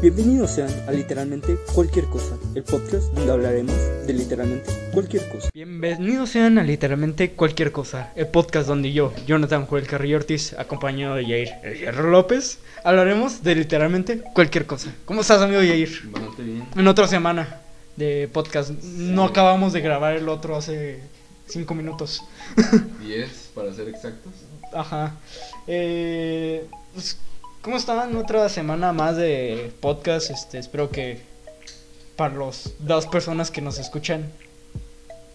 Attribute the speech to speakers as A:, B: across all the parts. A: Bienvenidos sean a literalmente cualquier cosa, el podcast donde hablaremos de literalmente cualquier cosa.
B: Bienvenidos sean a literalmente cualquier cosa, el podcast donde yo, Jonathan Joel Carrillo Ortiz, acompañado de Jair El Hierro López, hablaremos de literalmente cualquier cosa. ¿Cómo estás, amigo Jair?
C: Bastante bien.
B: En otra semana de podcast, no acabamos de grabar el otro hace cinco minutos.
C: 10 para ser exactos.
B: Ajá. Eh, pues, ¿Cómo están? Otra semana más de podcast. Este, espero que para los dos personas que nos escuchan,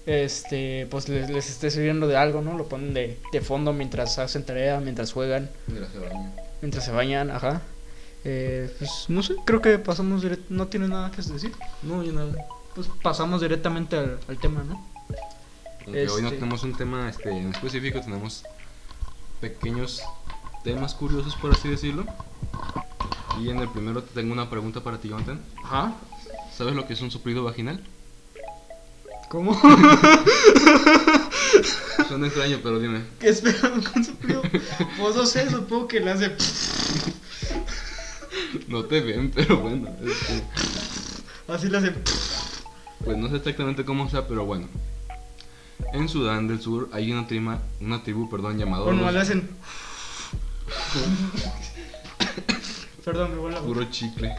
B: este, pues les, les esté sirviendo de algo, ¿no? Lo ponen de, de fondo mientras hacen tarea, mientras juegan,
C: Mira, se baña.
B: mientras se bañan, ajá. Eh, pues no sé, creo que pasamos direct- ¿No tienes nada que decir? No, yo nada. Pues pasamos directamente al, al tema, ¿no?
C: Aunque hoy no
B: Este-
C: tenemos un tema este, en específico, tenemos pequeños temas curiosos, por así decirlo. Y en el primero te tengo una pregunta para ti, Jonathan.
B: Ajá.
C: ¿Sabes lo que es un soplido vaginal?
B: ¿Cómo?
C: Suena extraño, pero dime.
B: ¿Qué esperan con su frío? Pues no sé, supongo que le hace.
C: No te ven, pero bueno. es que-
B: Así le hace.
C: pues no sé exactamente cómo sea, pero bueno. En Sudán del Sur hay una, trima, una tribu perdón, llamada
B: O no
C: los
B: le hacen. Perdón, me vuelvo
C: puro chicle.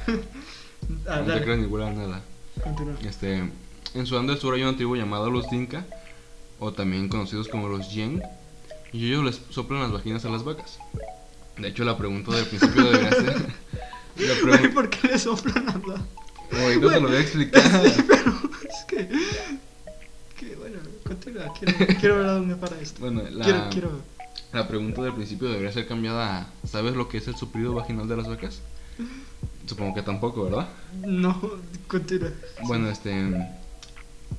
B: Ah,
C: no te
B: dale,
C: creas ni huela nada.
B: continúa.
C: Este, en Sudán del Sur hay una tribu llamada los Dinka, o también conocidos como los Yen, y ellos les soplan las vaginas a las vacas. De hecho, la pregunta del principio debería ser... La
B: Güey,
C: pregunta...
B: ¿por qué le soplan nada?
C: Ahorita te lo voy a explicar.
B: Es que. que bueno, continúa. Quiero, quiero ver a dónde para esto.
C: Bueno, la,
B: Quiero, quiero.
C: la pregunta del principio debería ser cambiada a... ¿Sabes lo que es el soplido vaginal de las vacas? Supongo que tampoco, ¿verdad?
B: No, continúa.
C: Bueno, este.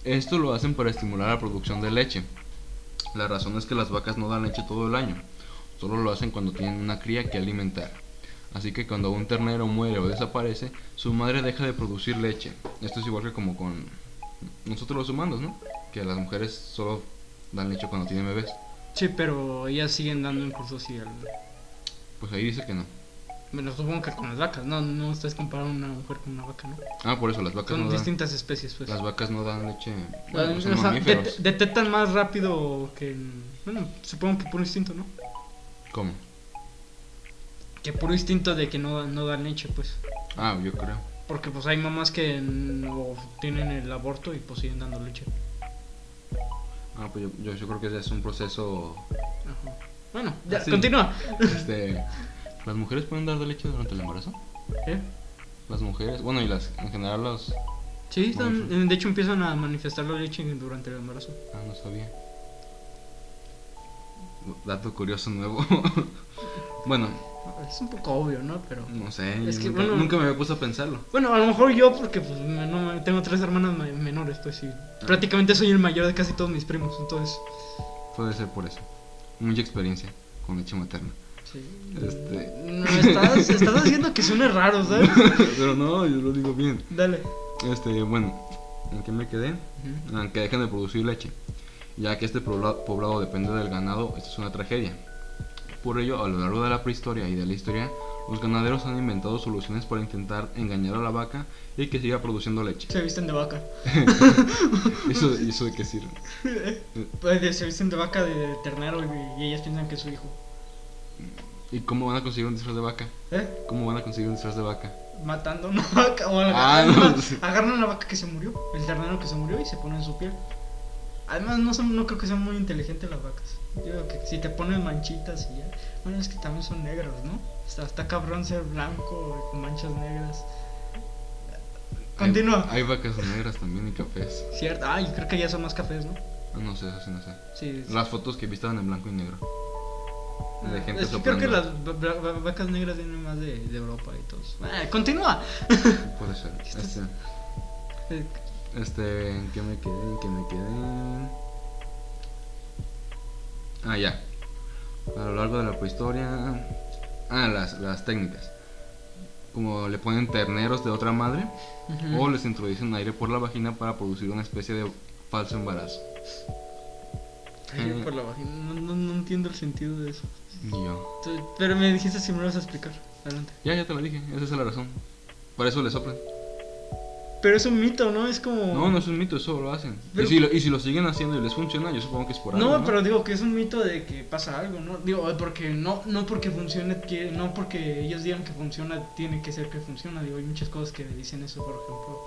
C: Esto lo hacen para estimular la producción de leche. La razón es que las vacas no dan leche todo el año. Solo lo hacen cuando tienen una cría que alimentar. Así que cuando un ternero muere o desaparece, su madre deja de producir leche. Esto es igual que como con nosotros los humanos, ¿no? Que las mujeres solo dan leche cuando tienen bebés.
B: Sí, pero ellas siguen dando incluso si al.
C: Pues ahí dice que no.
B: Me lo supongo que con las vacas. No, no estás comparando una mujer con una vaca, ¿no?
C: Ah, por eso las vacas
B: Son
C: no dan.
B: distintas especies, pues.
C: Las vacas no dan leche.
B: La-
C: bueno, pues son
B: o sea, det-
C: mamíferos.
B: detectan más rápido que. en- Bueno, supongo que por instinto, ¿no?
C: ¿Cómo?
B: Que por instinto de que no, no dan leche, pues.
C: Ah, yo creo.
B: Porque pues hay mamás que no tienen el aborto y pues siguen dando leche.
C: Ah, pues yo, yo, yo creo que ese es un proceso
B: Ajá. Bueno, ya,
C: Así.
B: continúa.
C: Este, ¿Las mujeres pueden dar de leche durante el embarazo?
B: ¿Eh?
C: Las mujeres, bueno, y las, en general las...
B: Sí,
C: Vamos
B: están- eh, de hecho empiezan a manifestar la leche durante el embarazo.
C: Ah, no sabía. Dato curioso nuevo. bueno,
B: Es un poco obvio, ¿no? Pero.
C: no sé,
B: Es
C: yo
B: que,
C: nunca,
B: bueno-
C: nunca me había puesto a pensarlo.
B: Bueno, a lo mejor yo porque pues me- no, me- tengo tres hermanas ma- menores, pues sí.
C: Ah.
B: Prácticamente soy el mayor de casi todos mis primos, entonces.
C: Puede ser por eso. Mucha experiencia con leche materna.
B: Sí.
C: Este-
B: No, estás, estás haciendo que suene raro, ¿sabes?
C: Pero no, yo lo digo bien.
B: Dale.
C: Este, bueno, ¿en qué me quedé? Ah, que dejen de producir leche. Ya que este pobla- poblado depende del ganado, esta es una tragedia. Por ello, a lo largo de la prehistoria y de la historia, los ganaderos han inventado soluciones para intentar engañar a la vaca y que siga produciendo leche.
B: Se visten de vaca.
C: Eso, eso de qué sirve.
B: Pues, de- se visten de vaca de, de ternero y, y ellas piensan que es su hijo.
C: ¿Y cómo van a conseguir un disfraz de vaca?
B: ¿Eh?
C: ¿Cómo van a conseguir un disfraz de vaca?
B: Matando una vaca o
C: Ah,
B: agarran, una,
C: no, sí.
B: agarran una vaca que se murió, el ternero que se murió y se ponen su piel. Además, no, son, no creo que sean muy inteligentes las vacas. Yo creo que si te ponen manchitas y ya. Bueno, es que también son negros, ¿no? Está, está cabrón ser blanco y con manchas negras.
C: Hay-
B: Continúa.
C: Eh, Hay, vacas negras también y cafés.
B: Cierto. Ah, y creo que ya son más cafés, ¿no?
C: Ah, no sé, eso sí no sé.
B: Sí. sí.
C: Las fotos que vi estaban en blanco y negro. De
B: Ah,
C: gente
B: es que creo que
C: soplando.
B: las va- va- va- vacas negras vienen más de, de Europa y todo eso. Ah, continúa. Eh,
C: Puede ser.
B: Estás-
C: Este, Este, ¿en qué me quedé? ¿En qué me quedé? Ah, ya. A lo largo de la prehistoria. Ah, las, las técnicas. Como le ponen terneros de otra madre
B: Ujú.
C: o les introducen aire por la vagina para producir una especie de falso embarazo.
B: Ay, por la vagina. No, no- no entiendo el sentido de eso.
C: Y yo.
B: Tú- Pero me dijiste si me lo vas a explicar. Adelante.
C: Ya, ya te lo dije, esa es la razón. Para eso le soplan.
B: Pero es un mito, ¿no? Es como.
C: No, no es un mito, eso lo hacen.
B: Pero-
C: y, si lo, y si lo siguen haciendo y les funciona, yo supongo que es por algo.
B: No, pero digo que es un mito de que pasa algo, ¿no? Digo, porque no, no porque funcione, que, no porque ellos digan que funciona, tiene que ser que funciona. Digo, hay muchas cosas que dicen eso, por ejemplo,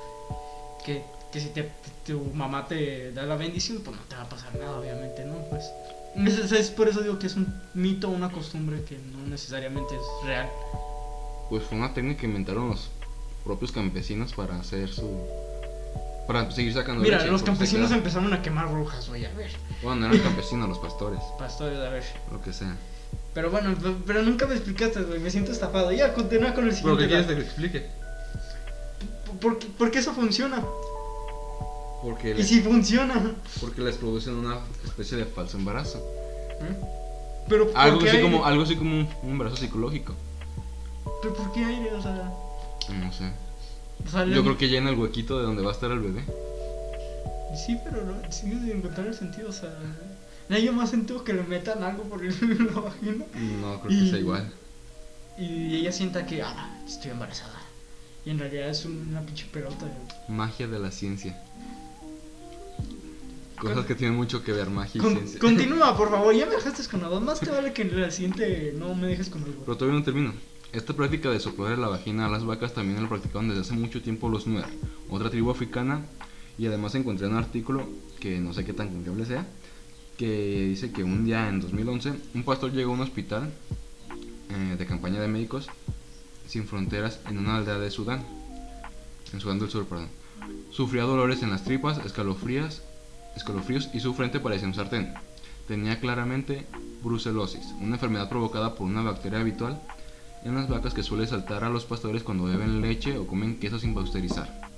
B: que, que si te, tu mamá te da la bendición, pues no te va a pasar nada, obviamente, ¿no? Pues
C: Mm.
B: es, es por eso digo que es un mito, una costumbre que no necesariamente es real.
C: Pues fue una técnica que inventaron los propios campesinos para hacer su. Para seguir sacando
B: Mira,
C: leche,
B: los
C: porque se
B: campesinos em-
C: queda-
B: empezaron a quemar brujas, güey, a ver,
C: Bueno, no eran campesinos, los pastores,
B: pastores, a ver.
C: lo que sea.
B: Pero bueno, pero- pero nunca me explicaste, güey, me siento estafado. Ya, continúa con el siguiente.
C: ¿Pero qué quieres
B: dato.
C: que te explique?
B: Porque, porque eso funciona.
C: Porque,
B: Y
C: le-
B: si funciona.
C: porque les producen una especie de falso embarazo.
B: Pero
C: Algo
B: ¿por qué
C: así,
B: aire?
C: como, algo así como un, un embarazo psicológico.
B: Pero ¿por qué aire? O sea,
C: No sé.
B: o sea,
C: Yo creo que llena el huequito de donde va a estar el bebé.
B: Sí, pero no, sigue sin encontrar el sentido. O sea, no hay más sentido que le metan algo por el, la vagina.
C: No creo que sea
B: Y-
C: igual.
B: Y ella sienta que, ah, estoy embarazada. Y en realidad es una pinche pelota. güey.
C: Magia de la ciencia. Cosas que tienen mucho que ver, magia y
B: Con-
C: ciencia.
B: continúa, por favor. Ya me dejaste con nada. Más te vale que en la siguiente no me dejes con algo.
C: Pero todavía no termino. Esta práctica de soplar la vagina a las vacas también la practicaban desde hace mucho tiempo los Nuer, otra tribu africana. Y además encontré un artículo que no sé qué tan confiable sea, que dice que un día en 2011 un pastor llegó a un hospital eh, de campaña de médicos sin fronteras en una aldea de Sudán, en Sudán del Sur, perdón. Sufría dolores en las tripas, escalofrías, escalofríos y su frente parecía un sartén. Tenía claramente brucelosis, una enfermedad provocada por una bacteria habitual en las vacas que suele saltar a los pastores cuando beben leche o comen queso sin pasteurizar.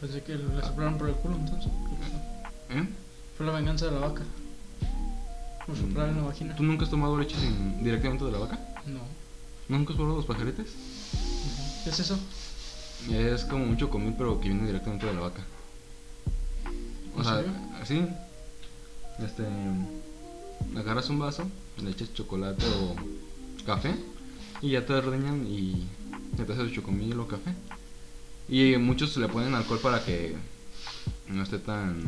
B: Pensé que la soplaron por el culo entonces. pues,
C: ¿Eh?
B: Fue la venganza de la vaca. Por soplar en la vagina.
C: ¿Tú nunca has tomado leche sin- directamente de la vaca?
B: No.
C: ¿Nunca has probado los pajaretes?
B: ¿Qué es eso?
C: Es como un chocomil pero que viene directamente de la vaca. O
B: ¿En
C: sea,
B: serio?
C: así. Este. Agarras un vaso, le echas chocolate o café y ya te ordeñan y ya te haces chocomil o café. Y muchos le ponen alcohol para que no esté tan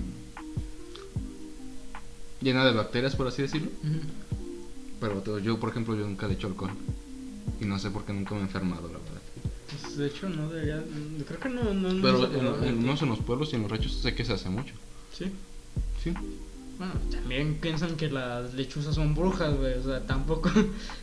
C: llena de bacterias, por así decirlo. Pero te- yo, por ejemplo, yo nunca le echo alcohol. Y no sé por qué nunca me he enfermado, la verdad.
B: Pues de hecho no debería, no- creo que no, no, no
C: Pero
B: se
C: en,
B: puede.
C: en- no sé, en los pueblos y en los ranchos sé que se hace mucho.
B: Sí.
C: Sí.
B: Bueno, también piensan que las lechuzas son brujas, güey, o sea, tampoco.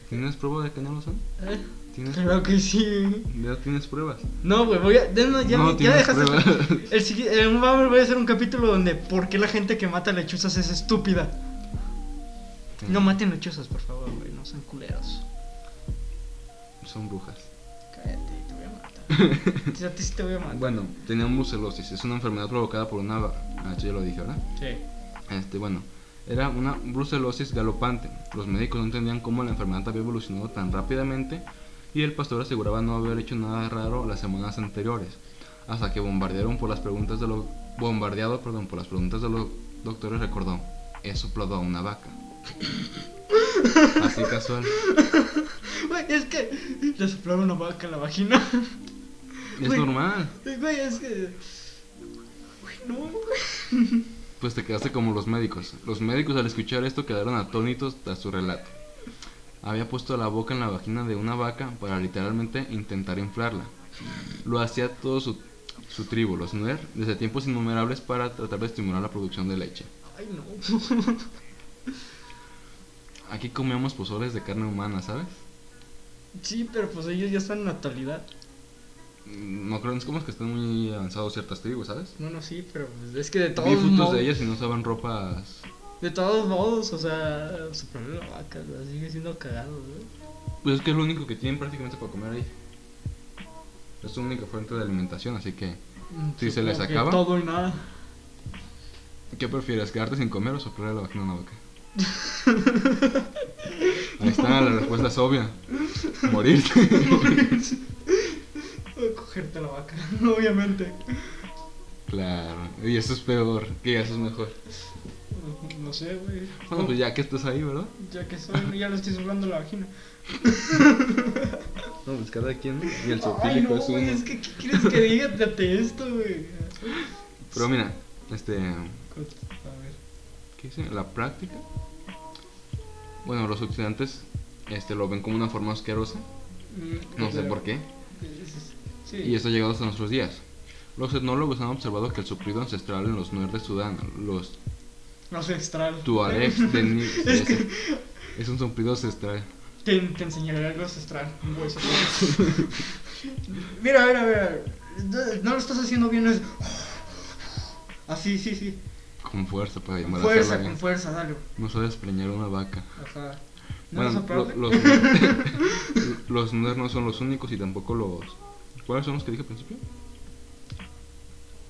C: ¿Tienes prueba de que no lo son?
B: Eh,
C: ¿Tienes,
B: Claro que sí.
C: ya tienes pruebas?
B: No, güey, voy a ya, no, ya,
C: No
B: me- ya
C: tienes
B: dejaste
C: pruebas.
B: el sigui- eh, va a haber- voy a hacer un capítulo donde por qué la gente que mata lechuzas es estúpida. No maten lechuzas, por favor, güey, no sean culeros.
C: Son brujas.
B: Cállate, te voy a matar. Sí, a ti sí te voy a matar.
C: Bueno, tenían brucelosis. Es una enfermedad provocada por una... va- Ah, yo ya lo dije, ¿verdad?
B: Sí.
C: Este, bueno, era una brucelosis galopante. Los médicos no entendían cómo la enfermedad había evolucionado tan rápidamente y el pastor aseguraba no haber hecho nada raro las semanas anteriores, hasta que bombardearon por las preguntas de los bombardeado, perdón, por las preguntas de los doctores recordó, he soplado a una vaca. Así casual.
B: Güey, es que le soplaron una vaca en la vagina.
C: Es
B: Güey.
C: normal.
B: Güey, es que. Güey, no, güey.
C: Pues te quedaste como los médicos. Los médicos al escuchar esto quedaron atónitos a su relato. Había puesto la boca en la vagina de una vaca para literalmente intentar inflarla. Lo hacía todo su, su tribu, los Nuer, desde tiempos innumerables para tratar de estimular la producción de leche.
B: Ay, no.
C: Aquí comíamos pozoles de carne humana, ¿sabes?
B: Sí, pero pues ellos ya están en natalidad.
C: Mm, No creo, es como que están muy avanzados ciertas tribus, ¿sabes?
B: Bueno, sí, pero pues, es que de
C: Vi
B: todos
C: fotos
B: modos.
C: de ellas y no usaban ropas...
B: de todos modos, o sea, soplarle la vaca, güey, sigue siendo cagado, güey.
C: Pues es que es lo único que tienen prácticamente para comer ahí. Es su única fuente de alimentación, así que... Sí, se les
B: Supongo que
C: acaba.
B: Todo y nada.
C: ¿Qué prefieres, quedarte sin comer o soplarle la vagina a una vaca? Ahí está, la respuesta es obvia. Morirte.
B: Cogerte la vaca, obviamente.
C: claro, y eso es peor, que eso es mejor.
B: No sé, güey.
C: Bueno, pues ya que estás ahí, ¿verdad?
B: Ya que soy, ya lo estoy soplando la vagina.
C: No, pues cada quien. ¿no? Y el
B: Ay,
C: zoofílico
B: no, pues.
C: es
B: güey,
C: uno.
B: es que ¿qué quieres que diga ante esto, güey?
C: Pero mira, este.
B: A ver.
C: ¿Qué dice? La práctica. Bueno, los occidentes este, lo ven como una forma asquerosa.
B: Mm,
C: No sé
B: pero-
C: por qué.
B: Sí.
C: y esto ha llegado hasta nuestros días. Los etnólogos han observado que el soplido ancestral en los nuer de Sudán, los
B: No sé, extraño.
C: tuaregs de Ni-
B: Es que
C: es un soplido ancestral.
B: te, te enseñaré algo ancestral. un hueso. mira, mira, mira. No- No lo estás haciendo bien. es- Así, sí, sí.
C: Con fuerza para
B: Con
C: llamar a
B: fuerza,
C: hacerla
B: con
C: bien.
B: fuerza, dale.
C: No sabes preñar una vaca.
B: Ajá. ¿No
C: Bueno,
B: vas a probar?
C: lo- los, los nuer no son los únicos y tampoco los. ¿Cuáles son los que dije al principio?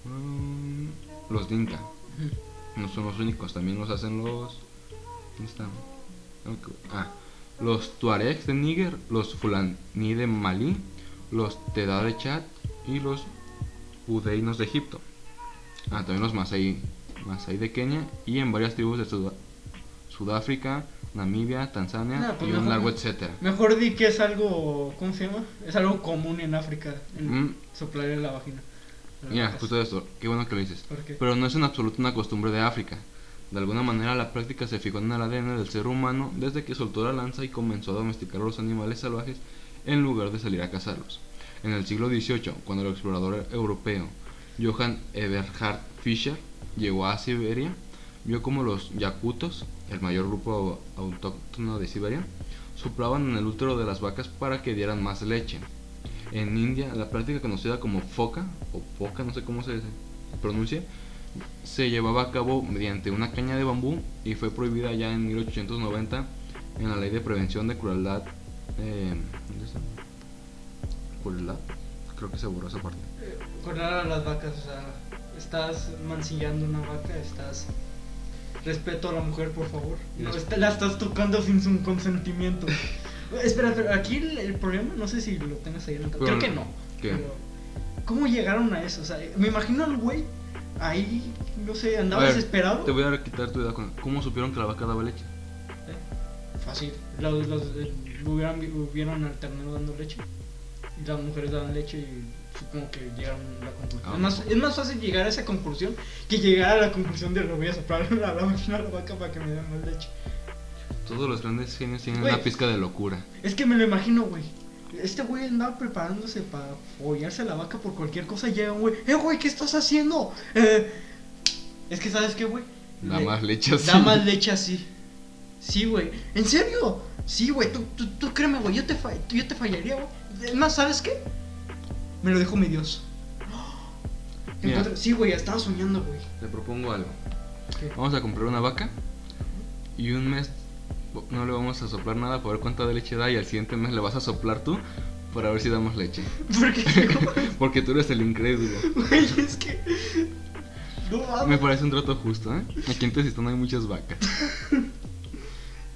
C: Mm, los Dinka. No son los únicos, también los hacen los. ¿Dónde están? Tengo que- Ah, los Tuaregs de Níger, los Fulani de Malí, los Teda de Chad y los Udeinos de Egipto. Ah, también los Masai, Masai de Kenia y en varias tribus de Suda- Sudáfrica, Namibia, Tanzania
B: No, pues
C: y un
B: mejor
C: largo
B: no.
C: etcétera.
B: Mejor di que es algo, ¿cómo se llama? Es algo común en África, en
C: Mm,
B: soplar en la vagina.
C: Ya,
B: En la boca.
C: justo esto, qué bueno que lo dices.
B: ¿Por qué?
C: Pero no es en absoluto una costumbre de África. De alguna manera la práctica se fijó en el ADN del ser humano desde que soltó la lanza y comenzó a domesticar a los animales salvajes en lugar de salir a cazarlos. En el siglo XVIII, cuando el explorador europeo Johann Eberhard Fischer llegó a Siberia, vio como los yakutos, el mayor grupo au- autóctono de Siberia, soplaban en el útero de las vacas para que dieran más leche. En India, la práctica conocida como foca, o poca, no sé cómo se pronuncia, se llevaba a cabo mediante una caña de bambú y fue prohibida ya en 1890 en la ley de prevención de crueldad. eh, ¿dónde está? ¿Crueldad? Creo que se borró esa parte.
B: Cortar a las vacas, o sea, estás mancillando una vaca, estás... Respeto a la mujer, por favor. No,
C: Las-
B: esta- la estás tocando sin su consentimiento. espera, espera, aquí el, el problema, no sé si lo tengas ahí en el... Creo
C: Pero-
B: que no.
C: ¿Qué?
B: pero, ¿Cómo llegaron a eso? O sea, me imagino al güey ahí, no sé, andaba
C: A ver,
B: desesperado.
C: Te voy a quitar tu idea con ¿Cómo supieron que la vaca daba leche?
B: Fácil. Los, los, eh, hubieran, hubieran alternado dando leche. Y las mujeres daban leche y supongo que llegaron a la conclusión.
C: Ah,
B: es, más, es más fácil llegar a esa conclusión que llegar a la conclusión de lo voy a soplar a la máquina a la vaca para que me den más leche.
C: Todos los grandes genios tienen
B: Güey.
C: una pizca de locura.
B: Es que me lo imagino, güey. Este güey andaba preparándose para follarse a la vaca por cualquier cosa. y Llega un güey, ¡eh, güey, qué estás haciendo! Eh, es que, ¿sabes qué, güey?
C: Da
B: Le-
C: más leche así.
B: Da más leche así. Sí, güey. ¿En serio? Sí, güey. Tú, tú, tú créeme, güey. Yo, te fa- yo te fallaría, güey. Es más, ¿sabes qué? Me lo dijo mi Dios.
C: Mira.
B: Encontré- Sí, güey. Estaba soñando, güey.
C: Te propongo algo.
B: ¿Qué?
C: Vamos a comprar una vaca y un mes no le vamos a soplar nada para ver cuánta de leche da y al siguiente mes le vas a soplar tú para ver si damos leche.
B: Porque,
C: Porque tú eres el incrédulo.
B: güey, es que. No
C: Me
B: mames.
C: parece un trato justo, ¿eh? Aquí en Tezistán hay muchas vacas.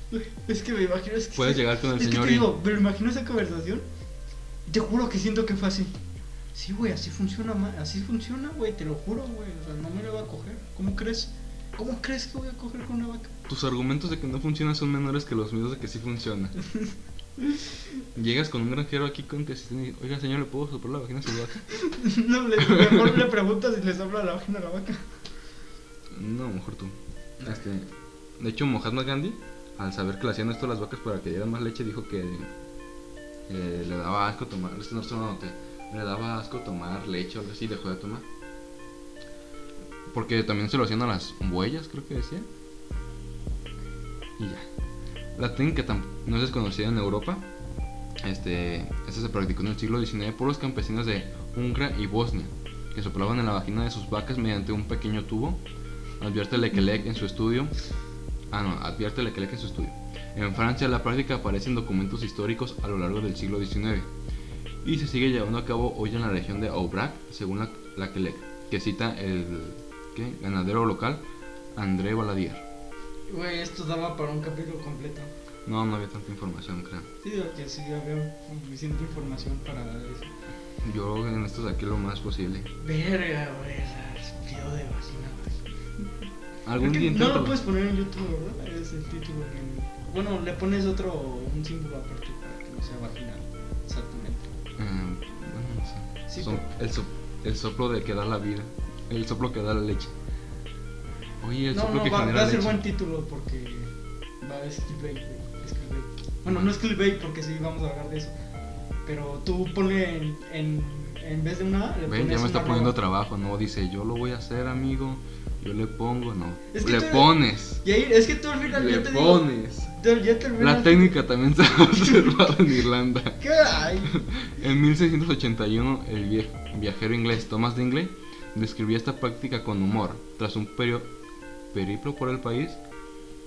B: güey, Es que me imagino. Es que
C: Puedes
B: sí.
C: llegar con el
B: Es que
C: señor
B: te
C: y...
B: digo, pero imagino esa conversación. y Te juro que siento que fue así. Sí, güey, así funciona, ma- así funciona, güey, te lo juro, güey. O sea, no me la va a coger. ¿Cómo crees? ¿Cómo crees que voy a coger con una vaca?
C: Tus argumentos de que no funciona son menores que los míos de que sí funciona. Llegas con un granjero aquí con Tezistán y... Oiga, señor, ¿le puedo soplar la vagina a su vaca?
B: No, le, mejor le preguntas si le sopla la vagina a la vaca.
C: No, mejor tú. Este, de hecho, Mohammed Gandhi, al saber que le hacían esto a las vacas para que dieran más leche, dijo que eh, le daba asco tomar. Es que no se lo anoté. Le daba asco tomar leche o algo así, dejó de tomar. Porque también se lo hacían a las huellas, creo que decía. Y ya. La técnica tam- no es desconocida en Europa. Este, esta se practicó en el siglo XIX por los campesinos de Hungría y Bosnia, que soplaban en la vagina de sus vacas mediante un pequeño tubo Advierte Lequelec en su estudio. Ah, no, advierte Lequelec en su estudio. En Francia la práctica aparece en documentos históricos a lo largo del siglo XIX y se sigue llevando a cabo hoy en la región de Aubrac, según la Lequelec, que cita el ¿qué? ganadero local André Valadier.
B: Güey, esto daba para un capítulo completo.
C: No, no había tanta información, creo.
B: Sí, digo que sí, había suficiente información para dar eso.
C: Yo en esto saqué lo más posible.
B: Verga, güey, el video de vagina, güey.
C: Algún
B: Creo
C: día
B: que No
C: inténtalo.
B: lo puedes poner en YouTube, ¿verdad? Es el título. en- Bueno, le pones otro, un símbolo aparte para que no sea vagina. exactamente.
C: Eh, bueno, no sé.
B: Sí,
C: Mm, Son- el, so- el soplo de que da la vida. El soplo que da la leche. Oye, el
B: no,
C: soplo
B: no,
C: que
B: va,
C: genera
B: va a ser
C: leche.
B: buen título porque va a ser clickbait, güey, es clickbait. Bueno, no es clickbait porque sí vamos a hablar de eso. Pero tú ponle en, en, en vez de una A, le
C: Ven,
B: pones
C: ya me
B: una
C: está poniendo
B: arroba.
C: trabajo, no dice yo lo voy a hacer, amigo. Yo le pongo, no.
B: Es que
C: le
B: tú eres-
C: pones.
B: Y ahí, es que tú al final
C: Le
B: ya te digo-
C: pones.
B: tú- ya te
C: La
B: olvidas-
C: técnica también se ha observado en Irlanda.
B: ¿Qué? Ay,
C: En 1681, el vie- viajero inglés Thomas Dingley describía esta práctica con humor. Tras un perio- periplo por el país,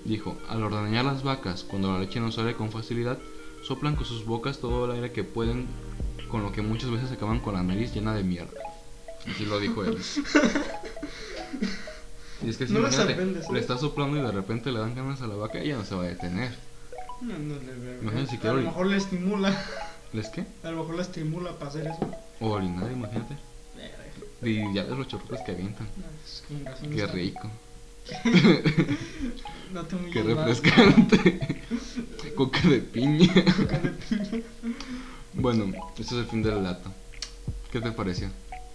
C: dijo: Al ordeñar las vacas, cuando la leche no sale con facilidad, soplan con sus bocas todo el aire que pueden, con lo que muchas veces acaban con la nariz llena de mierda. Así lo dijo él. Y es que si
B: No me
C: imagínate,
B: sorprendes, ¿eh?
C: le está soplando y de repente le dan ganas a la vaca, ella no se va a detener.
B: no, no le veo.
C: Imagínate si
B: a
C: quiero
B: lo
C: ir.
B: mejor le estimula.
C: ¿Les qué?
B: A lo mejor la estimula para hacer eso.
C: O orinar, imagínate.
B: Verga,
C: Y ya ves los chorros que avientan.
B: no, pues, con razón
C: Qué
B: está-
C: rico,
B: No te
C: qué
B: humilles más.
C: refrescante. Coca de piña.
B: Coca de piña.
C: Bueno, este es el fin del dato. ¿Qué te pareció?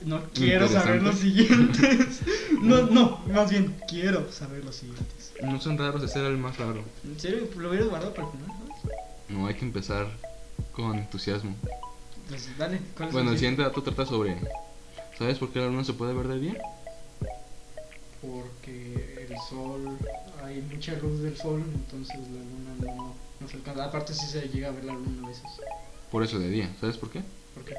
B: No quiero saber los siguientes. No, no, más bien quiero saber los siguientes.
C: No son raros, ese era el más raro.
B: ¿En serio? ¿Lo hubieras guardado para el final? no?
C: No hay que empezar con entusiasmo.
B: Pues dale. ¿cuál es
C: Bueno, el siguiente dato trata sobre. ¿Sabes por qué la luna se puede ver de día?
B: Porque el sol, hay mucha luz del sol, entonces la luna no, no se alcanza. Aparte si se llega a ver la luna a veces.
C: Por eso de día. ¿Sabes por qué?
B: ¿Por qué?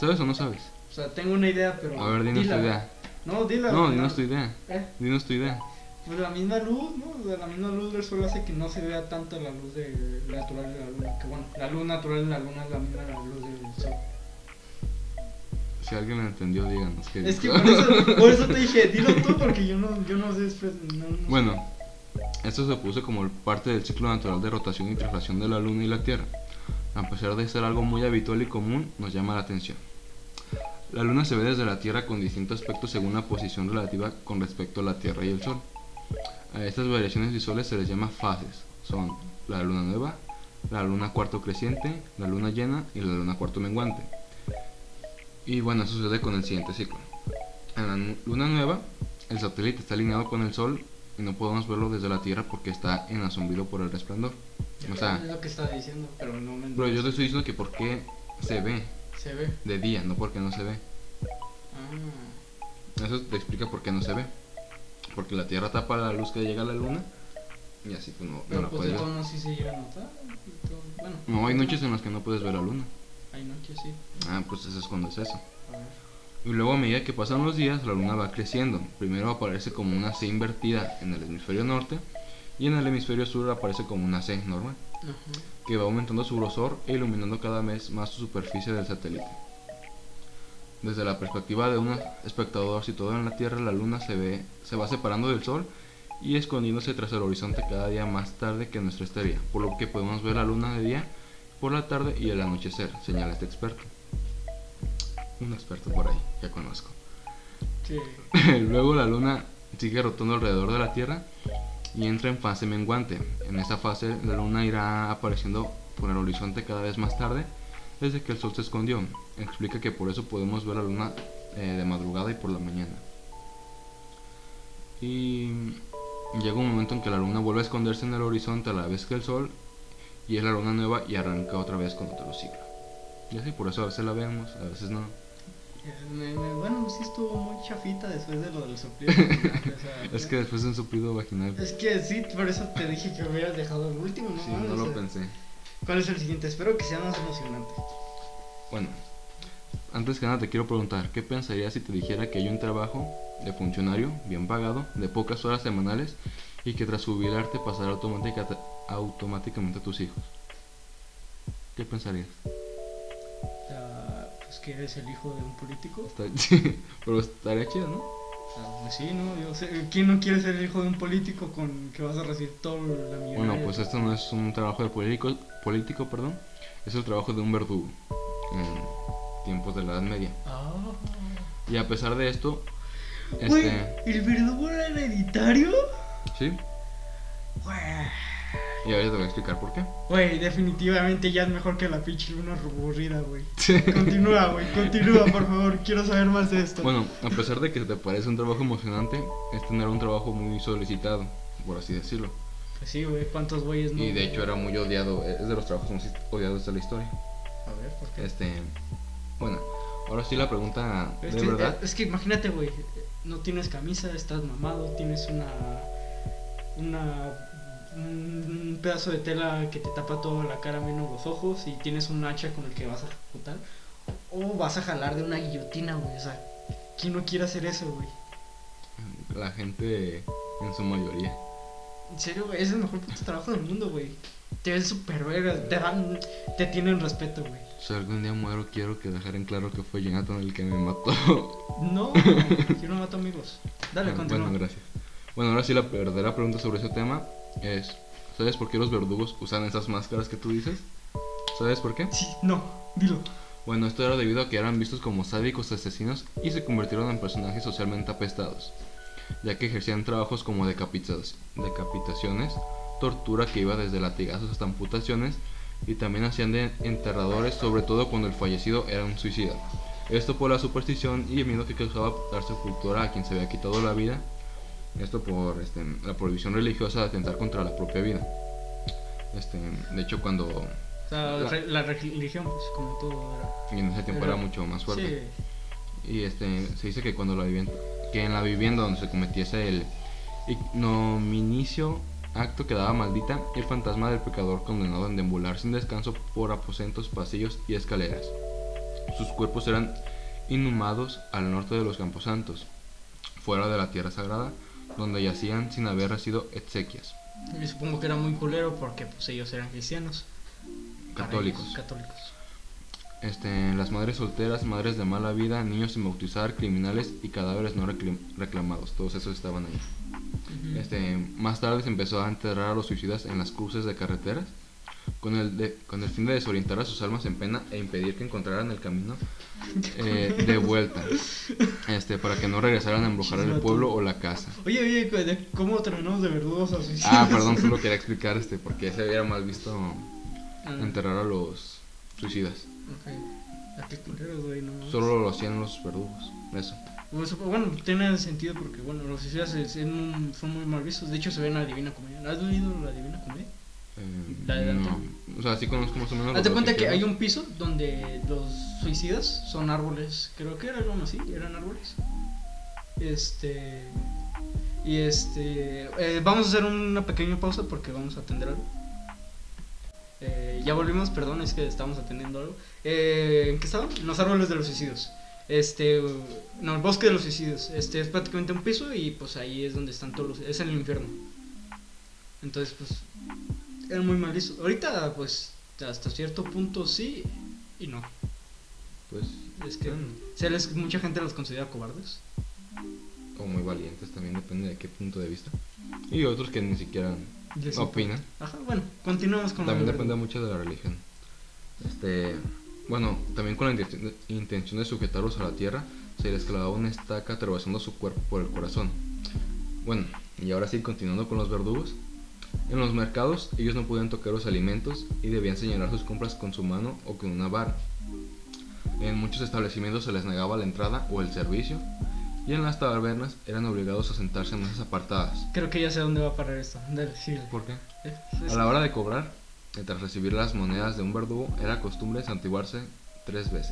C: ¿Sabes o no sabes?
B: O sea, tengo una idea, pero...
C: A ver, dinos tu
B: dila.
C: idea.
B: No, dila.
C: No,
B: güey,
C: dinos tu idea.
B: Eh,
C: Dinos tu idea.
B: Pues la misma luz, ¿no? O sea, la misma luz del sol hace que no se vea tanto la luz de, natural de la luna. Que bueno, la luz natural de la luna es la misma la luz del sol.
C: Si alguien lo entendió, díganos. qué
B: Es que
C: dijo.
B: por eso, por eso te dije, dilo tú porque yo no, yo no sé después. no- no sé.
C: Bueno, esto se puso como parte del ciclo natural de rotación y traslación de la Luna y la Tierra. A pesar de ser algo muy habitual y común, nos llama la atención. La Luna se ve desde la Tierra con distinto aspecto según la posición relativa con respecto a la Tierra y el Sol. A estas variaciones visuales se les llama fases. Son la Luna nueva, la Luna cuarto creciente, la Luna llena y la Luna cuarto menguante. Y bueno, eso sucede con el siguiente ciclo. En la nu- Luna nueva, el satélite está alineado con el Sol y no podemos verlo desde la Tierra porque está enazumbido por el resplandor. O sea,
B: es lo que estaba diciendo, pero no me.
C: bro, yo te estoy diciendo que por qué se ve
B: Se ve.
C: de día, no porque no se ve.
B: Ah,
C: Eso te explica por qué no se ve. Porque la Tierra tapa la luz que llega a la Luna y así pues no, no
B: pero
C: la
B: pues de
C: puedes
B: todos
C: ver.
B: modos sí se llega a notar. y todo. Bueno,
C: No, hay noches en las que no puedes ver la Luna.
B: Hay noches, sí.
C: Ah, pues eso es cuando es eso.
B: A ver.
C: Y luego a medida que pasan los días, la luna va creciendo. Primero aparece como una C invertida en el hemisferio norte y en el hemisferio sur aparece como una C normal,
B: Ajá.
C: que va aumentando su grosor e iluminando cada vez más su superficie del satélite. Desde la perspectiva de un espectador situado en la Tierra, la luna se, ve, se va separando del Sol y escondiéndose tras el horizonte cada día más tarde que nuestra estrella, por lo que podemos ver la luna de día, por la tarde y el anochecer, señala este experto. Un experto por ahí, ya conozco.
B: Sí.
C: Luego la luna sigue rotando alrededor de la Tierra y entra en fase menguante. En esa fase la luna irá apareciendo por el horizonte cada vez más tarde desde que el sol se escondió. Explica que por eso podemos ver la luna eh, de madrugada y por la mañana. Y llega un momento en que la luna vuelve a esconderse en el horizonte a la vez que el sol y es la luna nueva y arranca otra vez con otro ciclo. Y así por eso a veces la vemos, a veces no.
B: Eh, me- me- bueno, sí estuvo muy chafita después de lo del soplido. o sea,
C: Es que después de un soplido vaginal, pues,
B: Es que sí, por eso te dije que hubieras dejado el último, ¿no?
C: sí,
B: mames,
C: no
B: o
C: lo
B: sea,
C: pensé.
B: ¿Cuál es el siguiente? Espero que sea más emocionante.
C: Bueno, antes que nada te quiero preguntar, ¿qué pensarías si te dijera que hay un trabajo de funcionario bien pagado, de pocas horas semanales y que tras jubilarte pasará automática- automáticamente a tus hijos? ¿Qué pensarías?
B: O sea, pues que eres el hijo de un político.
C: Está- sí, pero estaría chido, ¿no?
B: Ah, Pues sí, ¿no? Yo sé, ¿Quién no quiere ser hijo de un político con que vas a recibir todo la millonaria?
C: Bueno, pues esto no es un trabajo de político, político perdón, es el trabajo de un verdugo en tiempos de la Edad Media.
B: Ah.
C: Y a pesar de esto,
B: Güey,
C: este,
B: ¿el verdugo era hereditario?
C: sí,
B: Güey,
C: Y ahora te voy a explicar por qué.
B: Güey, definitivamente ya es mejor que la pinche luna aburrida, güey. Continúa, güey, continúa, por favor. Quiero saber más de esto.
C: Bueno, a pesar de que te parece un trabajo emocionante, este no era un trabajo muy solicitado, por así decirlo.
B: Pues sí, güey, ¿cuántos güeyes no?
C: Y de hecho era muy odiado, es de los trabajos más odiados de la historia.
B: A ver, ¿por qué?
C: Este, bueno, ahora sí la pregunta de
B: Es que, eh,
C: verdad.
B: es que imagínate, güey, no tienes camisa, estás mamado, tienes una una un pedazo de tela que te tapa toda la cara menos los ojos y tienes un hacha con el que vas a ejecutar o vas a jalar de una guillotina, güey, o sea, ¿quién no quiere hacer eso, güey?
C: La gente en su mayoría.
B: En serio, güey, es el mejor puto trabajo del mundo, güey. Te ven súper vergas, te dan, te tienen respeto, güey.
C: Si algún día muero, quiero que dejar en claro que fue Jonathan el que me mató.
B: No, güey, yo no mato amigos. Dale,
C: Ah,
B: continúa.
C: Bueno, gracias. Bueno, ahora sí la verdadera pregunta sobre ese tema es, ¿sabes por qué los verdugos usan esas máscaras que tú dices? ¿Sabes por qué?
B: Sí, no, dilo.
C: Bueno, esto era debido a que eran vistos como sádicos asesinos y se convirtieron en personajes socialmente apestados, ya que ejercían trabajos como decapitados- decapitaciones, tortura que iba desde latigazos hasta amputaciones y también hacían de enterradores, sobre todo cuando el fallecido era un suicida. Esto por la superstición y el miedo que causaba dar sepultura a quien se había quitado la vida. Esto por este, la prohibición religiosa de atentar contra la propia vida. Este, de hecho, cuando
B: O sea,
C: La-
B: la, la religión, pues, como todo era.
C: en ese tiempo
B: Pero-
C: era mucho más fuerte.
B: Sí,
C: Y este, se dice que cuando la vivienda, que en la vivienda donde se cometiese el ignominicio acto quedaba maldita, el fantasma del pecador condenado a deambular sin descanso por aposentos, pasillos y escaleras. Sus cuerpos eran inhumados al norte de los camposantos, fuera de la tierra sagrada, donde yacían sin haber recibido exequias
B: yo supongo que era muy culero porque pues ellos eran cristianos. Para
C: católicos.
B: ellos, Católicos.
C: Este, las madres solteras, madres de mala vida, niños sin bautizar, criminales y cadáveres no reclim- reclamados, todos esos estaban ahí.
B: Ujú.
C: Este, más tarde se empezó a enterrar a los suicidas en las cruces de carreteras con el, de- con el fin de desorientar a sus almas en pena e impedir que encontraran el camino eh, de vuelta este, para que no regresaran a embrujar el pueblo o la casa.
B: Oye, oye, cu- de- ¿cómo terminamos de verdugos a suicidas?
C: Ah, perdón, solo quería explicar este, porque se hubiera mal visto
B: Ah,
C: enterrar a los suicidas.
B: ok. Ah, qué culeros, güey, no. mames.
C: Solo lo hacían los verdugos, eso.
B: Bueno, supo- Bueno, tiene sentido porque, bueno, los suicidas es- en un- son muy mal vistos. De hecho, se ve en la Divina Comedia. ¿Has leído la Divina Comedia?
C: Eh,
B: La de Dante.
C: no, o sea, sí conozco más o menos.
B: Haz de
C: los
B: cuenta que
C: suicidas.
B: hay un piso donde los suicidas son árboles. Creo que era algo así, eran árboles. Este. Y este. eh, vamos a hacer una pequeña pausa porque vamos a atender algo. Eh, ya volvimos, perdón, es que estábamos atendiendo algo. Eh, ¿En qué estaban? En Los árboles de los suicidios. Este. No, el bosque de los suicidios. Este es prácticamente un piso y pues ahí es donde están todos los. Es el infierno. Entonces, pues eran muy mal vistos. Ahorita, pues, hasta cierto punto sí y no.
C: Pues,
B: Es que
C: bueno,
B: se les- mucha gente los considera cobardes.
C: o muy valientes también, depende de qué punto de vista. Y otros que ni siquiera
B: Les-
C: opinan.
B: Ajá, bueno, continuamos con
C: También
B: la-
C: depende mucho de la religión. Este, bueno, también con la intención de, intención de sujetarlos a la tierra, se les clavaba una estaca atravesando su cuerpo por el corazón. Bueno, y ahora sí, continuando con los verdugos. En los mercados, ellos no podían tocar los alimentos y debían señalar sus compras con su mano o con una vara. En muchos establecimientos se les negaba la entrada o el servicio, y en las tabernas eran obligados a sentarse en mesas apartadas.
B: Creo que ya sé dónde va a parar esto. Dale, sí.
C: ¿Por qué?
B: eh,
C: A
B: es-
C: la hora de cobrar, y tras recibir las monedas de un verdugo, era costumbre santiguarse tres veces.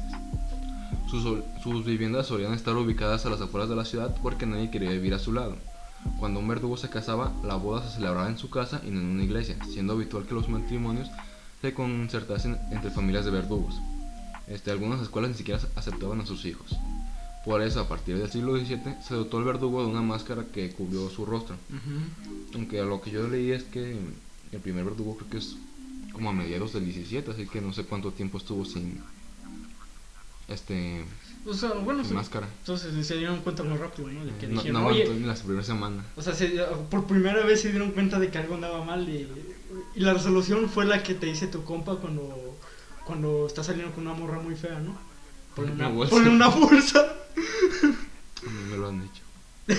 C: Sus, sol- sus viviendas solían estar ubicadas a las afueras de la ciudad porque nadie quería vivir a su lado. Cuando un verdugo se casaba, la boda se celebraba en su casa y no en una iglesia, siendo habitual que los matrimonios se concertasen entre familias de verdugos. Este, algunas escuelas ni siquiera aceptaban a sus hijos. Por eso, a partir del siglo XVII, se dotó al verdugo de una máscara que cubrió su rostro.
B: Ujú.
C: Aunque a lo que yo leí es que el primer verdugo creo que es como a mediados del 17, así que no sé cuánto tiempo estuvo sin este
B: O sea, bueno,
C: sin
B: sí.
C: máscara.
B: entonces se dieron cuenta muy rápido, ¿no? De que
C: No,
B: dijeron,
C: no
B: oye.
C: aguantó ni la primera semana.
B: O sea, se- por primera vez se dieron cuenta de que algo andaba mal y, y la resolución fue la que te dice tu compa cuando, cuando está saliendo con una morra muy fea, ¿no? Ponle
C: Una
B: una,
C: bolsa.
B: ponle una bolsa.
C: A mí me lo han dicho.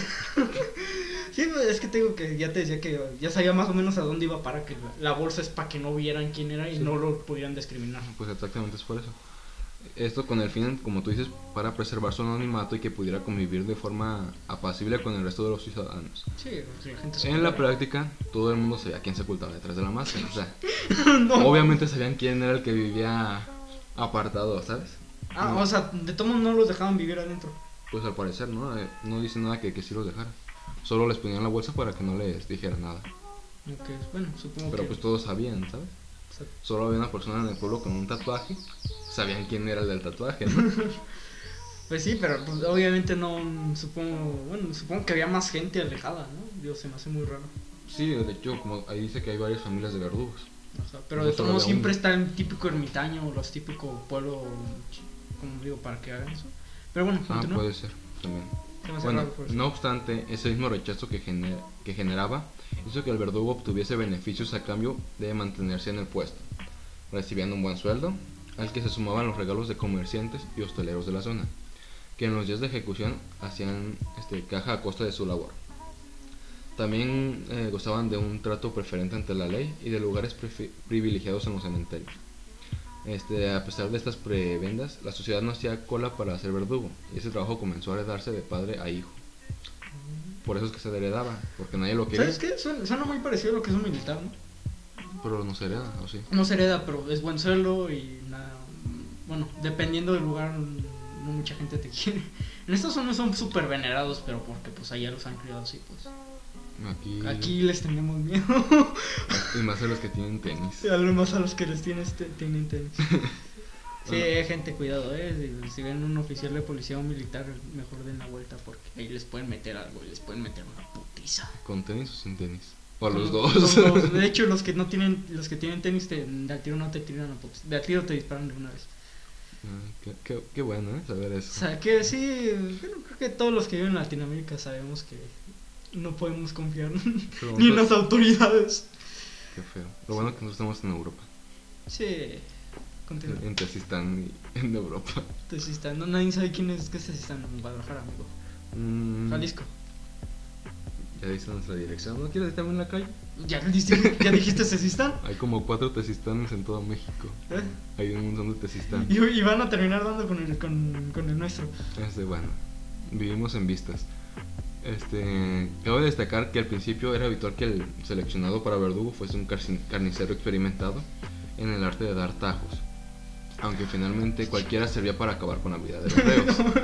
B: Sí, güey, es que te digo que ya te decía que ya sabía más o menos a dónde iba para que la, la bolsa es para que no vieran quién era y
C: Sí.
B: no lo pudieran discriminar.
C: Pues exactamente es por eso. Esto con el fin, como tú dices, para preservar su anonimato y que pudiera convivir de forma apacible con el resto de los ciudadanos.
B: Sí, sí, eh, gente
C: En la
B: superior.
C: práctica, todo el mundo sabía quién se ocultaba detrás de la máscara. O sea,
B: No.
C: obviamente sabían quién era el que vivía apartado, ¿sabes?
B: Ah, o sea, de todos modos no los dejaban vivir adentro.
C: Pues al parecer, ¿no? Eh, No dice nada que, que sí los dejara. Solo les ponían la bolsa para que no les dijeran nada.
B: Aunque, bueno, supongo
C: Pero
B: que.
C: pues todos sabían, ¿sabes?
B: o sea,
C: Solo había una persona en el pueblo con un tatuaje. Sabían quién era el del tatuaje, ¿no?
B: Pues sí, pero pues, obviamente no supongo, bueno, supongo que había más gente alejada, ¿no? Dios, se me hace muy raro.
C: Sí, de hecho, como ahí dice que hay varias familias de verdugos.
B: O sea, pero
C: No
B: de
C: solo
B: todos modos
C: había
B: siempre
C: uno.
B: está el típico ermitaño o los típicos pueblos, como digo, para que hagan eso. Pero bueno,
C: Ah,
B: continúa.
C: puede ser, también.
B: Se me hace
C: Bueno,
B: raro, pues.
C: no obstante, ese mismo rechazo que, gener- que generaba hizo que el verdugo obtuviese beneficios a cambio de mantenerse en el puesto, recibiendo un buen sueldo, al que se sumaban los regalos de comerciantes y hosteleros de la zona, que en los días de ejecución hacían este, caja a costa de su labor. También eh, gozaban de un trato preferente ante la ley y de lugares prefi- privilegiados en los cementerios. Este, a pesar de estas prebendas, la sociedad no hacía cola para ser verdugo, y ese trabajo comenzó a heredarse de padre a hijo. Por eso es que se heredaba, porque nadie lo quería,
B: ¿Sabes qué? Suena, suena muy parecido a lo que es un militar, ¿no?
C: pero no se hereda, ¿o sí?
B: No se hereda, pero es buen suelo y nada. Bueno, dependiendo del lugar, no mucha gente te quiere. En Estados Unidos son súper venerados, pero porque pues allá los han criado así, pues.
C: Aquí,
B: Aquí les tenemos miedo.
C: y más a los que tienen tenis.
B: A lo más a los que les tienes te- tienen tenis. Sí,
C: Bueno.
B: eh, gente, cuidado, eh. Si, si ven un oficial de policía o militar, mejor den la vuelta porque ahí les pueden meter algo, les pueden meter una putiza.
C: ¿Con tenis o sin tenis? O a los
B: Los-
C: dos.
B: los dos. De hecho, los que no tienen, los que tienen tenis te, de al tiro no te tiran a putiza. De al tiro te disparan de una vez.
C: Ah, qué, qué- qué bueno, ¿eh? Saber
B: O
C: eso.
B: sea, que sí, bueno, creo que todos los que viven en Latinoamérica sabemos que no podemos confiar
C: Pero
B: ni en las
C: nosotros-
B: autoridades.
C: Qué feo. Lo bueno que nosotros estamos en Europa.
B: Sí, continúa.
C: En Tazistán y en Europa.
B: Tezistán, no, nadie sabe quién es, que es Tezistán en Guadalajara, amigo.
C: Mm,
B: Jalisco.
C: Ya dice nuestra dirección. ¿No quieres ir también en la calle?
B: ¿Ya, dijiste- ya dijiste Tezistán?
C: Hay como cuatro Tazistanes en todo México.
B: ¿Eh?
C: Hay un montón de Tazistán.
B: Y, y van a terminar dando con el, con, con el nuestro.
C: Este, bueno, vivimos en vistas. Este, cabe destacar que al principio era habitual que el seleccionado para verdugo fuese un carci- carnicero experimentado en el arte de dar tajos. Aunque finalmente cualquiera servía para acabar con la vida de los reos.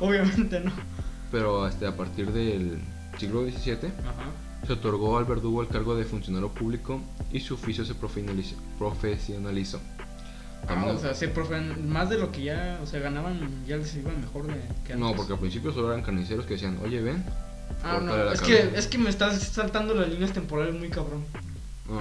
B: Obviamente no.
C: Pero este, a partir del siglo XVII
B: Ajá.
C: se otorgó al verdugo el cargo de funcionario público y su oficio se profinaliz- profesionalizó.
B: Ah, o sea, se profen- más de lo que ya, o sea, ganaban, ya les iba mejor de que
C: no,
B: antes.
C: porque al principio solo eran carniceros que decían, oye, ven,
B: Ah, no,
C: córtale la
B: es
C: cabeza".
B: que, es que me estás saltando las líneas temporales muy cabrón.
C: No,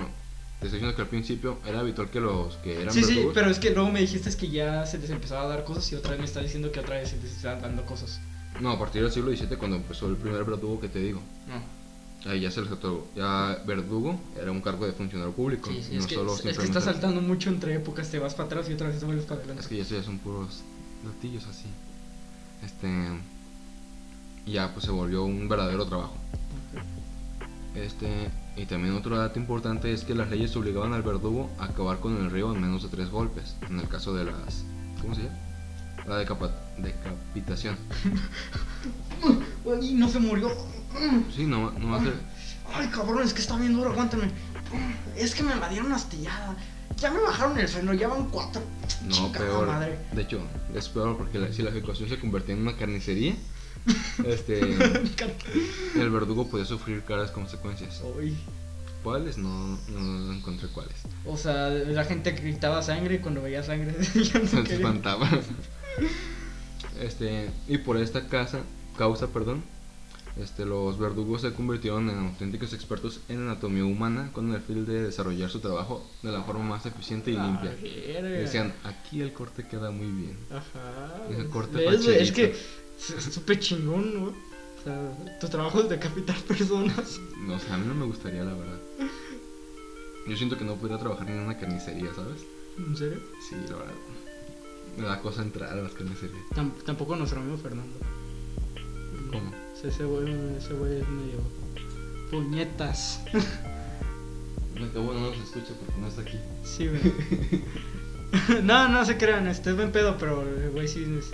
C: te estoy diciendo que al principio era habitual que los que eran
B: Sí, sí,
C: verdugos-
B: pero es que luego me dijiste es que ya se les empezaba a dar cosas y otra vez me está diciendo que otra vez se les están dando cosas.
C: No, a partir del siglo XVII cuando empezó el primer verdugo que te digo,
B: No,
C: ahí ya se les otorgó. Ya verdugo era un cargo de funcionario público,
B: sí, sí,
C: no
B: es, que,
C: solo
B: es que
C: simplemente-
B: estás saltando mucho entre épocas, te vas para atrás y otra vez te vuelves para adelante.
C: Es que ya eso ya son puros latillos así. Este y ya pues se volvió un verdadero trabajo. Este, y también otro dato importante es que las leyes obligaban al verdugo a acabar con el río en menos de tres golpes, en el caso de las ¿cómo se llama? La decapa- decapitación.
B: Uy, no se murió.
C: Sí, no, no va a ser.
B: Ay, cabrón, es que está bien duro, aguántame. Es que me la dieron astillada. Ya me bajaron el freno, ya van cuatro.
C: No,
B: Chingada
C: peor.
B: madre.
C: De hecho, es peor porque la- si la ejecución se convertía en una carnicería, este, el verdugo podía sufrir caras consecuencias.
B: Uy,
C: ¿Cuáles? No, no, no encontré cuáles.
B: O sea, la gente gritaba sangre y cuando veía sangre ya no
C: Se
B: quería.
C: espantaba. Este, y por esta casa, causa, perdón, este, los verdugos se convirtieron en auténticos expertos en anatomía humana con el fin de desarrollar su trabajo de la forma más eficiente y limpia.
B: Ah, verga.
C: Decían, aquí el corte queda muy bien.
B: Ajá.
C: Ese corte
B: ¿Ves, güey? Es
C: facherito.
B: que es es súper chingón, ¿no? O sea, tu trabajo es decapitar personas.
C: No, o sea, a mí no me gustaría, la verdad. Yo siento que no pudiera trabajar ni en una carnicería, ¿sabes?
B: ¿En serio?
C: Sí, la verdad. Me da cosa entrar a las carnicerías.
B: Tam- tampoco nuestro amigo Fernando.
C: ¿Cómo?
B: Ese- Ese güey, ese güey es medio. Puñetas.
C: Lo que bueno no se escucha porque no está aquí.
B: Sí, güey. no, no se crean, este es buen pedo, pero el güey sí es-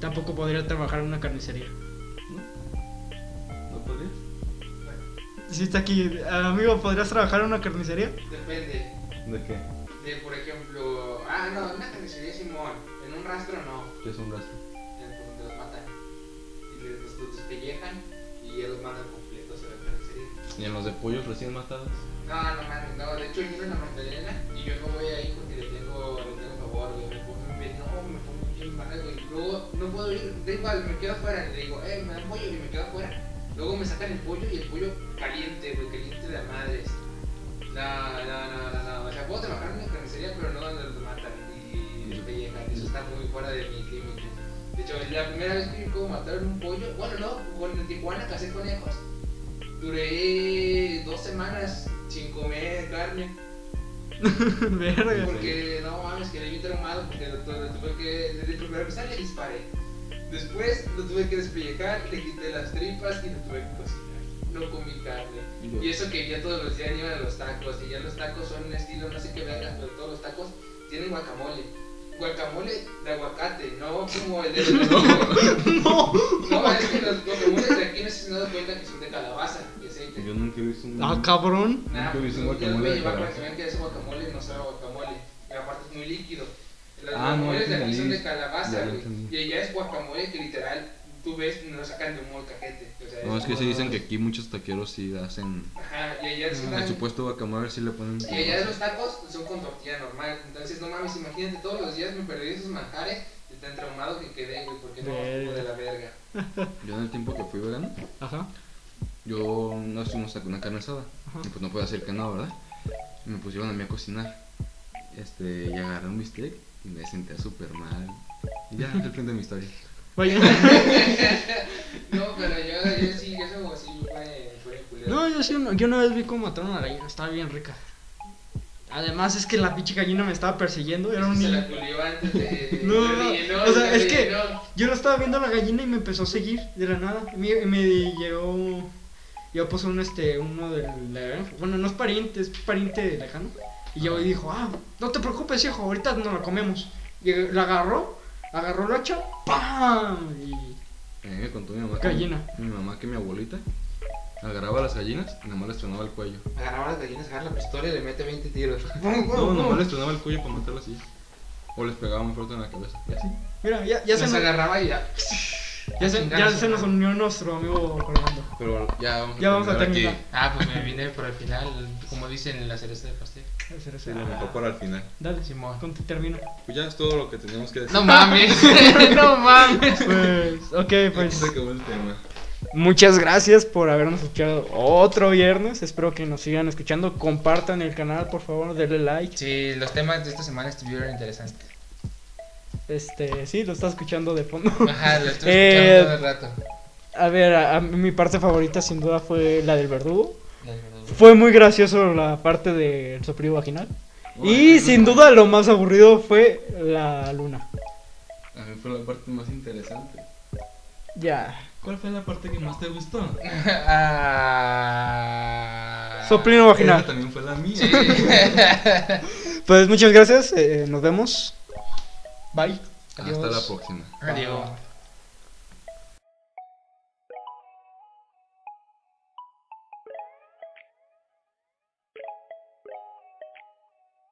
B: tampoco podría trabajar en una carnicería.
C: ¿No podrías?
B: Sí está aquí, ah, amigo, ¿podrías trabajar en una carnicería?
D: Depende.
C: ¿De qué?
D: De, por ejemplo, ah, no, en una carnicería Simón. En un rastro no.
C: ¿Qué es un rastro?
D: En el donde los matan. Y les, los los despellejan y ya los mandan completos a la carnicería.
C: ¿Y en los de pollos recién matados?
D: No, no mames, no. De hecho, yo en la Magdalena y yo no voy ahí porque le tengo, le tengo favor, güey. Me pongo, me, no, me pongo bien mal, güey. Luego no puedo ir, da igual, me quedo afuera. Le digo, eh, me dan pollo y me quedo afuera. Luego me sacan el pollo y el pollo caliente, güey, caliente de la madre. No, no, no, no, no. O sea, puedo trabajar en una carnicería, pero no donde los matan y los pellejan. Eso está muy fuera de mi límite. De hecho, es la primera vez que yo como mataron un pollo, bueno, no, con en Tijuana casé conejos. Duré dos semanas sin comer carne.
B: Verga.
D: Porque no mames, quedé bien traumado porque lo, lo tuve que. Desde el primer pisar le disparé. Después lo tuve que despellejar, le quité las tripas y lo tuve que cocinar. No comí carne. Y eso que ya todos los días iban a los tacos. Y ya los tacos son un estilo, no sé qué verga, pero todos los tacos tienen guacamole. Guacamole de aguacate, no como el de
B: No.
D: No, es que los guacamoles de aquí no sé si se han dado cuenta que son de calabaza y aceite.
C: Yo nunca he visto un...
B: Ah, cabrón.
D: Nah,
C: Nunca he visto un
D: pues, ya lo
C: guacamole
D: voy a
C: de
D: llevar para
C: calabaza.
D: que vean que ese guacamole no sabe a guacamole. Y aparte es muy líquido. Los
C: Ah,
D: guacamoles
C: no,
D: de aquí
C: ya
D: son de
C: entendí. Ya
D: calabaza,
C: lo
D: güey.
C: entendí.
D: Y allá es guacamole que literal, tú ves, no lo sacan de un molcajete. O sea,
C: No, es que sí dicen que aquí muchos taqueros sí hacen...
D: Ajá, y allá es
B: Ah,
C: El supuesto guacamole sí le ponen...
D: y allá los tacos son con tortilla normal. Entonces, no mames, imagínate, todos los días me perdí esos manjares y tan traumado que quedé, güey, porque no
B: Verga.
D: estuvo de la verga.
C: Yo en el tiempo que fui vegano,
B: Ajá.
C: yo nos fuimos a una carne asada.
B: Ajá.
C: Y pues no podía hacer que nada, ¿verdad? Y me pusieron a mí a cocinar. Este, y agarré un bistec y me sentía súper mal. Y ya, es el fin de mi historia.
B: Vaya.
D: No, pero yo, yo sí, eso sí fue, fue culero.
B: No, yo sí, una- yo una vez vi cómo mataron a la gallina, estaba bien rica. Además es que la pinche gallina me estaba persiguiendo, era un
D: Se
B: niño.
D: la culió antes de.
B: No,
D: de
B: no,
D: rellenó,
B: o sea,
D: de
B: es que-
D: rellenó.
B: Yo lo estaba viendo a la gallina y me empezó a seguir de la nada. Y me, me llegó. Yo puse un este, uno de la Bueno, no es pariente, es pariente lejano. Y llegó y dijo, ah, no te preocupes, hijo, ahorita no la comemos. Y la agarró, agarró la hacha, ¡pam! Y
C: A mí me contó Eh, mi mamá.
B: Gallina.
C: Que, mi mamá que mi abuelita agarraba las gallinas y nomás les tronaba el cuello.
D: Agarraba las gallinas, agarra la pistola y le mete 20 tiros.
C: No, nomás les tronaba el cuello para matarlas y ya. O les pegaba muy fuerte en la cabeza. Y así.
B: mira, ya, ya se,
D: Las
B: nos,
D: agarraba y ya.
B: ya, se,
D: Chingar
B: ya
D: a
B: se
D: su
B: nos
D: madre.
B: unió nuestro amigo Fernando.
C: Pero ya vamos a
B: Ya vamos a
C: terminar
B: terminar.
D: Ah, pues me vine por el final, como dicen la cereza de pastel.
B: Ese- ese-
C: Aquí. Lo mejor para el final.
B: Dale,
D: Simón.
B: con termina.
C: Pues ya es todo lo que teníamos que decir.
D: No mames, no mames.
B: Pues, ok,
C: Aquí
B: pues.
C: se acabó el tema.
B: Muchas gracias por habernos escuchado otro viernes. Espero que nos sigan escuchando. Compartan el canal, por favor, denle like.
D: Sí, los temas de esta semana estuvieron interesantes.
B: Este, sí, lo está escuchando de fondo.
D: Ajá, lo
B: Eh,
D: estuve escuchando todo el rato.
B: A ver, a- a mí mi parte favorita sin duda fue la del verdugo.
D: La verdad.
B: Fue muy gracioso la parte del soplido vaginal. Y sin duda lo más aburrido fue la luna.
C: A mí fue la parte más interesante.
B: Ya.
C: ¿Cuál fue la parte que más te gustó?
D: Ah.
B: Soplido
C: Esa
B: vaginal.
C: también fue la mía.
B: Pues muchas gracias. eh, nos vemos. Bye.
C: Hasta la próxima.
D: Adiós.